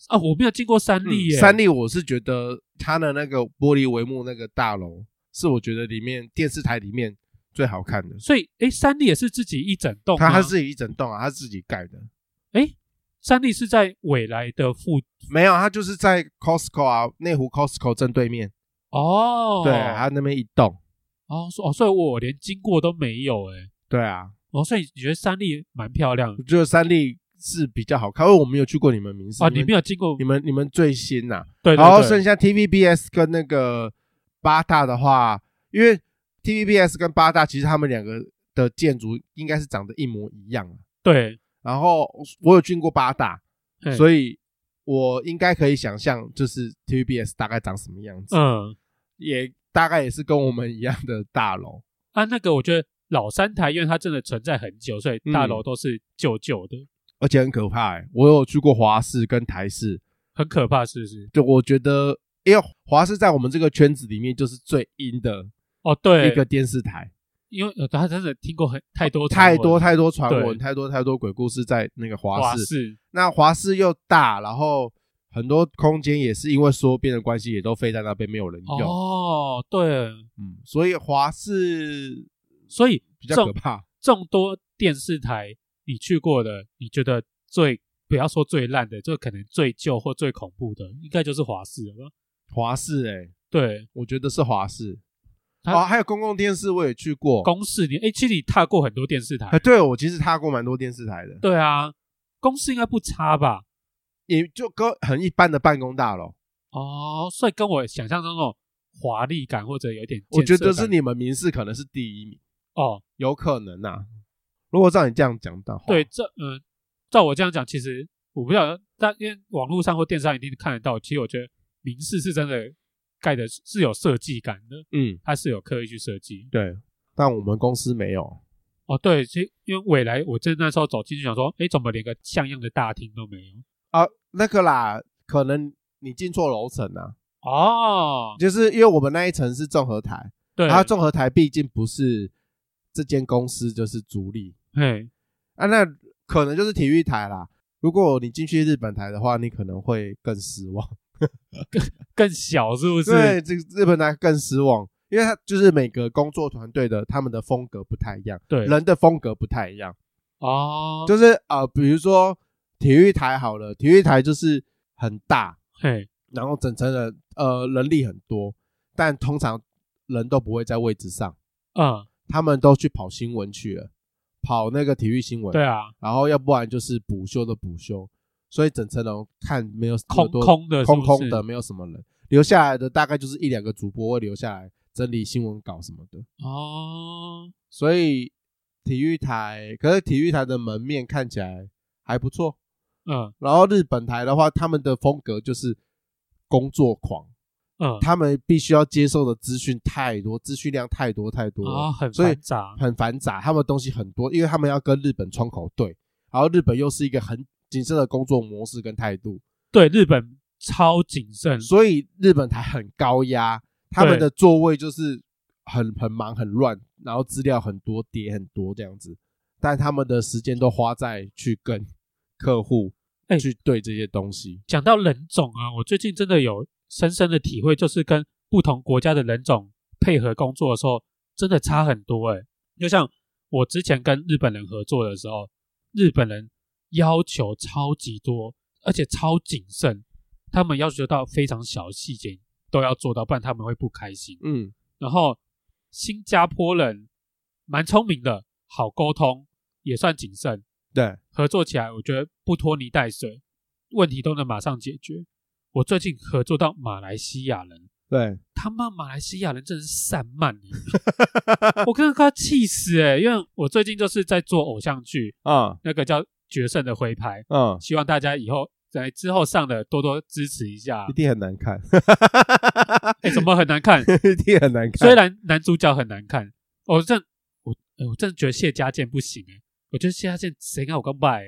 啊，我没有进过三立耶，
三立，我是觉得它的那个玻璃帷幕那个大楼，是我觉得里面电视台里面最好看的。
所以诶，三立也是自己一整栋吗，
它它自己一整栋啊，它自己盖的，
三立是在未来的附
没有，它就是在 Costco 啊，内湖 Costco 正对面，
哦，
对，它那边一栋，
哦，所哦，所以我连经过都没有哎，
对啊，
哦，所以你觉得三立蛮漂亮的
我觉得三立是比较好看，因为我没有去过你们民视
啊？你没
们
有经过
你哦们你们最新呐、
对对
然后
对，
剩下 TVBS 跟那个八大的话，因为 TVBS 跟八大其实他们两个的建筑应该是长得一模一样啊。
对，
然后我有进过八大，
嘿
所以我应该可以想象，就是 TVBS 大概长什么样子，
嗯
也大概也是跟我们一样的大楼。
啊，那个我觉得老三台，因为它真的存在很久，所以大
嗯
楼都是旧旧的，
而且很可怕、欸，我有去过华视跟台视，
很可怕，是不是？
就我觉得，因为华视在我们这个圈子里面就是最阴的
哦，对，
一个电视台，
因为呃他真的听过很太多
太
传闻
多太多传闻，
对
太多太多鬼故事在那个华
华
视。
视，
那华视又大，然后很多空间也是因为缩编的关系，也都飞在那边没有人用，
哦，对，
嗯，所以华视
所以
比较可
众
怕。
众多电视台你去过的，你觉得最不要说最烂的，就可能最旧或最恐怖的，应该就是华视了吧？
华视、欸，哎，
对，
我觉得是华视。
它
哦，还有公共电视我也去过，
公视你哎，其实你踏过很多电视台
啊，，对我其实踏过蛮多电视台的，
对啊，公视应该不差吧？
也就跟很一般的办公大楼。
哦，所以跟我想象中那种华丽感或者有点建
我觉得
设
是
感
你们民事可能是第一名，
哦，
有可能呐、如果照你这样讲的话，
对，这嗯，照我这样讲，其实我不知道，但因为网络上或电商一定看得到。其实我觉得明示是真的盖的是是有设计感的，
嗯，
它是有刻意去设计。
对，但我们公司没有，
哦，对，其实因为未来我真的那时候走进去想说，诶，怎么连个像样的大厅都没有？
啊，那个啦，可能你进错楼层啊，
哦，
就是因为我们那一层是综合台，
对，
然后综合台毕竟不是这间公司就是主力
嘿，
啊，那可能就是体育台啦。如果你进去日本台的话，你可能会更失望。
更小是不是？
对，这个日本台更失望，因为它就是每个工作团队的他们的风格不太一样，
对，
人的风格不太一样。
哦，
就是呃，比如说体育台好了，体育台就是很大，
嘿，
然后整层人呃人力很多，但通常人都不会在位置上，
嗯，
他们都去跑新闻去了，跑那个体育新闻，
对啊，
然后要不然就是补休的补休，所以整层人看没有
空
有多
空的是不
空
是
空的，没有什么人留下来的，大概就是一两个主播会留下来整理新闻稿什么的，
哦，
所以体育台可是体育台的门面看起来还不错。
嗯
然后日本台的话，他们的风格就是工作狂，
嗯，
他们必须要接受的资讯太多，资讯量太多太多了
啊，很
所以
繁杂，
很繁杂，他们东西很多，因为他们要跟日本窗口对，然后日本又是一个很谨慎的工作模式跟态度，
对，日本超谨慎，
所以日本台很高压，他们
嗯对
的座位就是很很忙很乱，然后资料很多叠很多这样子，但他们的时间都花在去跟 客户
哎
去对这些东西，
讲到人种啊，我最近真的有深深的体会，就是跟不同国家的人种配合工作的时候，真的差很多哎、就像我之前跟日本人合作的时候，日本人要求超级多，而且超谨慎，他们要求到非常小的细节都要做到，不然他们会不开心。
嗯
然后新加坡人蛮聪明的，好沟通，也算谨慎，
对。
合作起来，我觉得不拖泥带水，问题都能马上解决。我最近合作到马来西亚人，
对，
他妈马来西亚人真的是散漫欸， 我看到快要气死哎、因为我最近就是在做偶像剧，
嗯
那个叫《决胜的挥拍》，
嗯，
希望大家以后在之后上的多多支持一下
一。定很难看，
啊哎、怎么很难看？
一定很难看。
虽然男主角很难看，我真我、哎我真的觉得谢家健不行哎、我觉得谢家健谁看我刚 拜、欸，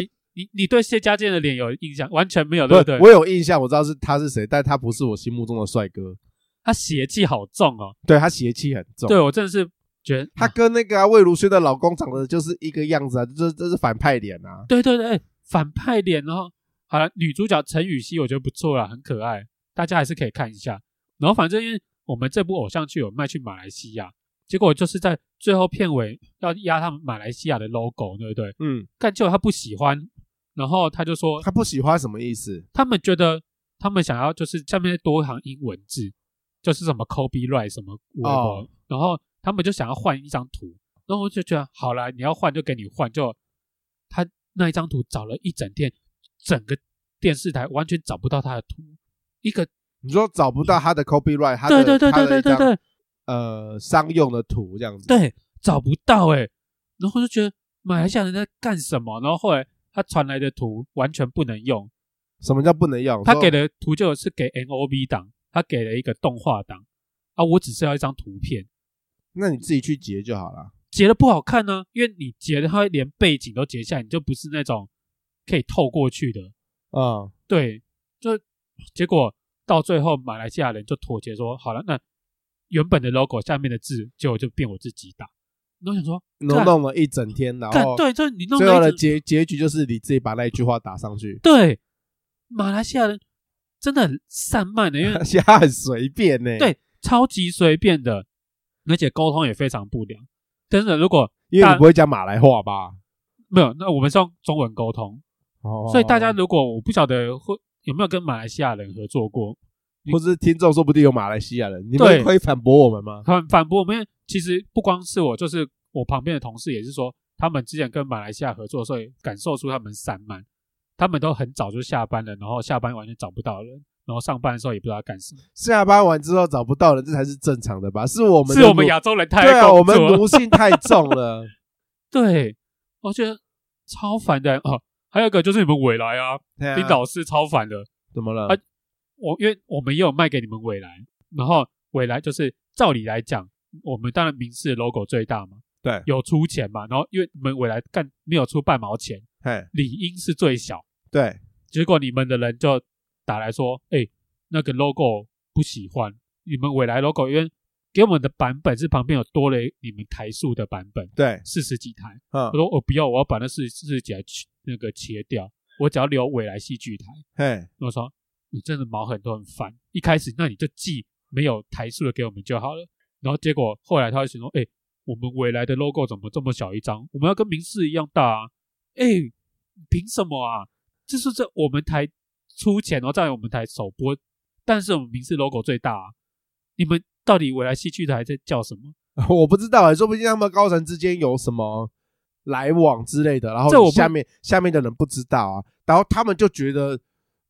你你你对谢家健的脸有印象？完全没有，啊对不对？
我有印象，我知道是他是谁，但他不是我心目中的帅哥。
他邪气好重哦，
对他邪气很重，
对我真的是觉得
他
啊
跟那个啊、魏如萱的老公长得就是一个样子啊，这这是反派脸啊。
对对对，反派脸哦。好了，女主角陈雨希我觉得不错啦，很可爱，大家还是可以看一下。然后反正因为我们这部偶像剧有卖去马来西亚，结果就是在最后片尾要压他们马来西亚的 logo，对不对？
嗯，
但结果他不喜欢，然后他就说
他不喜欢什么意思？
他们觉得他们想要就是下面多一行英文字，就是什么 Kobe Right 什么 w h
哦
然后他们就想要换一张图，然后我就觉得好啦，你要换就给你换，就他那一张图找了一整天，整个电视台完全找不到他的图，一个
你说找不到他的 copyright，他
对
的
对对对对对，
他的一
对
张呃，商用的图这样子。，
对，找不到哎、然后就觉得马来西亚人在干什么，然后后来他传来的图完全不能用，
什么叫不能用？
他
说
给的图就是给 NOV 档，他给了一个动画档啊，我只是要一张图片，
那你自己去截就好了。
截的不好看呢、因为你截的它会连背景都截下来，你就不是那种可以透过去的。
嗯，
对，就结果到最后，马来西亚人就妥协说，好了，那原本的 logo 下面的字，结果就变我自己打。那我想说，
弄弄了一整天，然
干
后
啊对，就是你弄
最后
了
的
一只
结结局就是你自己把那一句话打上去。
对，马来西亚人真的很散漫的，因为
而且他很随便呢、，
对，超级随便的，而且沟通也非常不良。真的，如果
因为
大
你不会讲马来话吧？
没有，那我们是用中文沟通，
哦
所以大家如果我不晓得会有没有跟马来西亚人合作过，
或者是听众说不定有马来西亚人，你
对
们可以反驳我们吗？
很反驳我们。因为其实不光是我，就是我旁边的同事也是说，他们之前跟马来西亚合作，所以感受出他们散漫，他们都很早就下班了，然后下班完全找不到人，然后上班的时候也不知道在干什么。
下班完之后找不到人，这才是正常的吧？是我们的
是我们
奴
亚洲人太
对啊，
工
我们
作了
奴性太重 了。
对，我觉得超烦的哦。还有一个就是你们未来啊，
对啊嗯
冰岛是超烦的。
怎么了？
啊我因为我们也有卖给你们未来，然后未来就是照理来讲，我们当然明视 logo 最大嘛，
对，
有出钱嘛，然后因为你们未来干没有出半毛钱，
嘿，
理应是最小，
对，
结果你们的人就打来说，哎、那个 logo 不喜欢，你们未来 logo 因为给我们的版本是旁边有多了你们台数的版本，
对，
四十几台，
嗯
我，说哦我不要，我要把那四四十几台去那个切掉，我只要留未来戏剧台。
嘿，
我说你真的毛很多很烦，一开始那你就寄没有台数的给我们就好了。然后结果后来他会说，哎、我们未来的 logo 怎么这么小一张？我们要跟明视一样大啊！哎、凭什么啊？这是这我们台出钱，然后在我们台首播，但是我们明视 logo 最大、啊，你们到底未来戏剧台在叫什么？
我不知道、欸，说不定他们高层之间有什么来往之类的，然后
这我
你
不
下面下面的人不知道啊，然后他们就觉得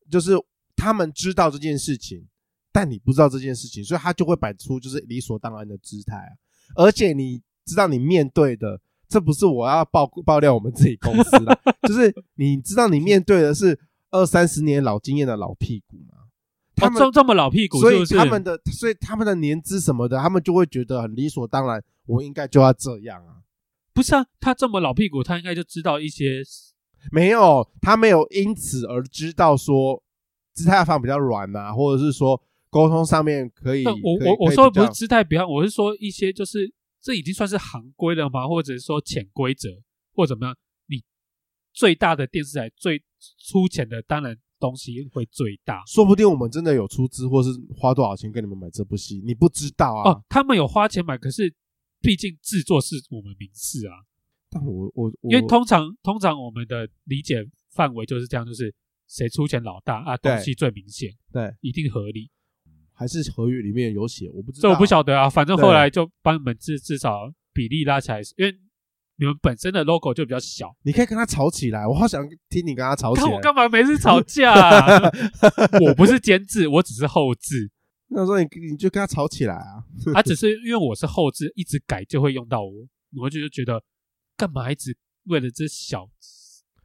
就是他们知道这件事情，但你不知道这件事情，所以他就会摆出就是理所当然的姿态啊，而且你知道你面对的。这不是我要爆爆料我们自己公司啦， 就是你知道你面对的是二三十年老经验的老屁股吗？他
哦
们、
这这么老屁股
所
是
以
不是？
他们的，所以他们的年资什么的，他们就会觉得很理所当然，我应该就要这样啊。
不是啊，他这么老屁股，他应该就知道一些
没有，他没有因此而知道说姿态放比较软啊，或者是说沟通上面可以。
但呃我
可以
我我
可以
说的
比
不
较
是姿态表扬，我是说一些就是这已经算是行规了吗？或者说潜规则或怎么样？你最大的电视台最粗浅的，当然东西会最大、
说不定我们真的有出资，或是花多少钱跟你们买这部戏，你不知道啊。
哦。他们有花钱买，可是毕竟制作是我们名次啊，
但我我我
因为通常通常我们的理解范围就是这样，就是谁出钱老大啊，
对
东西最明显，
对
一定合理。
还是合约里面有写，我不知道。
这我不晓得啊，反正后
对
来就帮你们至至少比例拉起来，因为你们本身的 logo 就比较小。
你可以跟他吵起来，我好想听你跟他吵起
看
来。
我干嘛每次吵 架、啊？我不是监制，我只是后置。
那时候你你就跟他吵起来啊。
他只是因为我是后置，一直改就会用到我，我就觉得干嘛一直为了这小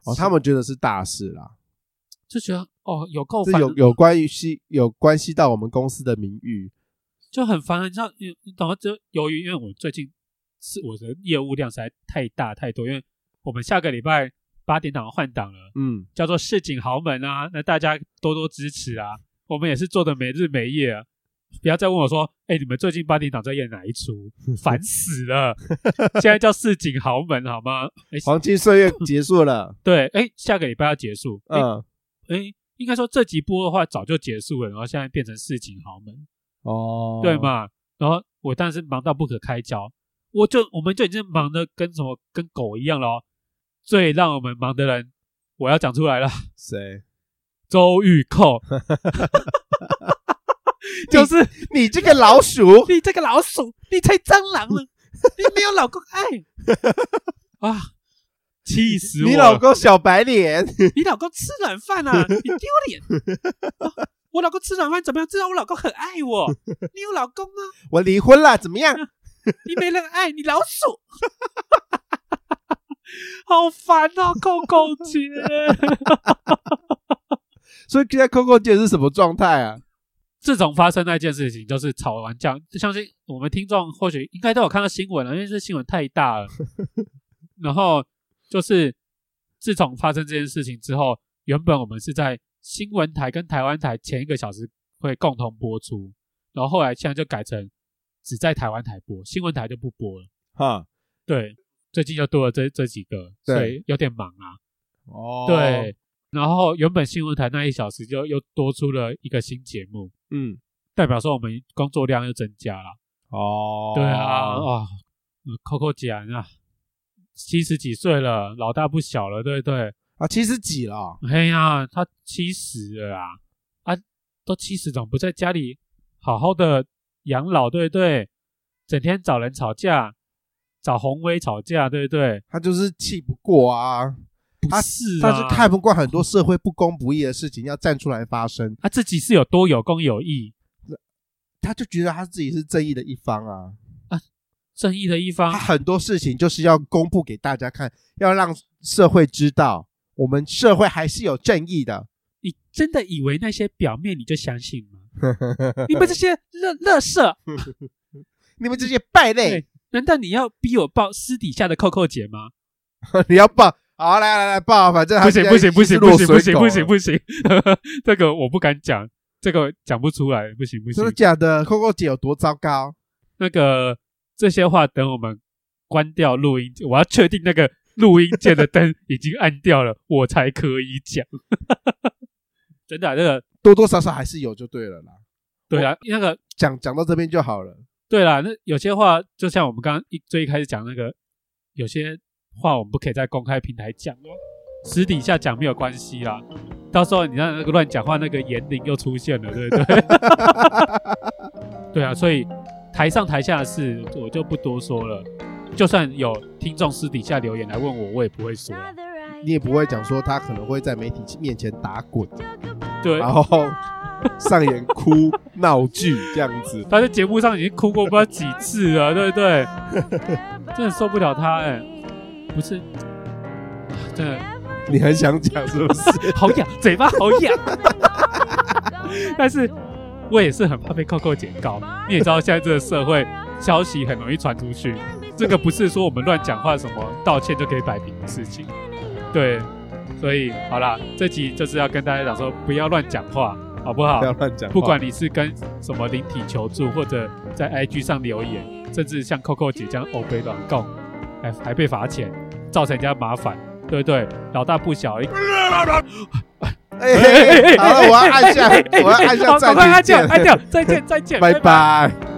哦，他们觉得是大事啦。
就觉得哦有够
这
烦，
有有关于系有关系到我们公司的名誉，
就很烦。你知道，你你懂吗？就由于因为我最近是我的业务量实在太大太多，因为我们下个礼拜八点档换档了，
嗯，
叫做市井豪门啊，那大家多多支持啊，我们也是做的没日没夜啊。不要再问我说，哎、你们最近八点档在演哪一 出？烦死了！现在叫市井豪门好吗？哎、
黄金岁 月结束了，
对，哎、下个礼拜要结束。哎、
嗯，
哎、应该说这集播的话早就结束了，然后现在变成市井豪门，
哦，
对？嘛？然后我当时忙到不可开交，我就我们就已经忙的跟什么跟狗一样了哦。最让我们忙的人，我要讲出来了。
谁？
周玉 蔻，就是
你这个老鼠！
你这个老鼠，你才蟑螂 呢，你没有老公爱 啊！ 气死我了！
你老公小白脸，
你老公吃软饭 啊，你丢脸、啊我老公吃软饭怎么样？至少我老公很爱 我。你有老公啊？
我离婚了，怎么样？
你没人爱，你老鼠。
好烦
哦
啊，扣扣姐！
所以现在 Coco 姐是什么状态啊？
自从发生那件事情，就是吵完架，相信我们听众或许应该都有看到新闻了，因为这新闻太大了。然后就是自从发生这件事情之后，原本我们是在新闻台跟台湾台前一个小时会共同播出，然后后来现在就改成只在台湾台播，新闻台就不播了。
哈，
对，最近又多了这这几个，
对
所以有点忙啊。
哦，
对，，然后原本新闻台那一小时就又多出了一个新节目，
嗯，
代表说我们工作量又增加了。
哦，
对啊，哦，Coco 姐啊，七十几岁了，老大不小了，对不对？
啊，七十几了，
哎呀，她七十了啊，啊，都七十怎么不在家里好好的养老，对不对？整天找人吵架，找红威吵架，对不对？
他就是气不过啊，
不
他
是、啊
他是看不惯很多社会不公不义的事情，要站出来发声，
啊他自己是有多有功有义，
他就觉得他自己是正义的一方啊。
正义的一方
他。很多事情就是要公布给大家看，要让社会知道，我们社会还是有正义的。
你真的以为那些表面你就相信 吗？你们这些乐乐色，
你们这些败类，
对，难道你要逼我报私底下的扣扣姐吗？
你要报，好来来来报，反正他
不行
现在
不行不行
是
不
落
行
水
不行
狗
不
了
行不行，这个我不敢讲，这个讲不出来，不行不行
真的。假的？Coco 姐有多糟糕？
那个这些话等我们关掉录音，我要确定那个录音键的灯已经按掉了，我才可以讲。 真的啊、那个
多多少少还是有就对了啦。
对啊，那个
讲讲到这边就好了。
对啦，那有些话就像我们刚刚一最一开始讲那个，有些话我们不可以在公开平台讲哦，私底下讲没有关系啦。到时候你让那个乱讲话那个言灵又出现了，对不对？ 对啊，所以台上台下的事我就不多说了。就算有听众私底下留言来问我，我也不会说啊。
你也不会讲说他可能会在媒体面前打滚，
对，
然后上演哭闹剧这样子。
他在节目上已经哭过不知道几次 了，对不对？真的受不了他哎、不是，啊真的
你很想讲是不是？
好痒，嘴巴好痒。 但是我也是很怕被扣扣姐告，你也知道现在这个社会消息很容易传出去，这个不是说我们乱讲话什么道歉就可以摆平的事情。对，所以好啦，这集就是要跟大家讲说，不要乱讲话，好不好
不？要乱讲话。
不管你是跟什么灵体求助，或者在 IG 上留言，甚至像 Coco 姐这样欧北乱告，还还被罚钱，造成人家麻烦，对不对？老大不小，
哎，哎哎哎好了，我要按下，我要按下
好赶快
暂
按
停
掉，
键。
按掉，再见，再见，
拜拜。